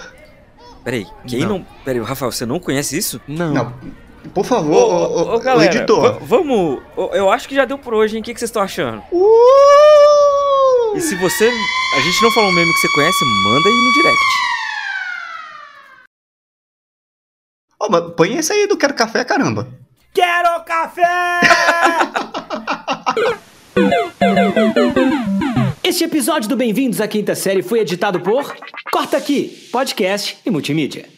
S5: Peraí, quem não. Peraí, Rafael, você não conhece isso?
S4: Hum.
S6: Não.
S3: Por favor,
S5: Ô,
S3: ô, ô,
S5: ô, galera,
S3: editor.
S5: va- vamos. ô, Eu acho que já deu por hoje, hein? O que que vocês estão achando?
S3: Uh!
S5: E se você. A gente não falou um meme que você conhece, manda aí no direct.
S3: Ó, mas põe esse aí do Quero Café, caramba.
S4: Quero café! Este episódio do Bem-vindos à Quinta Série foi editado por Corta Aqui, podcast e multimídia.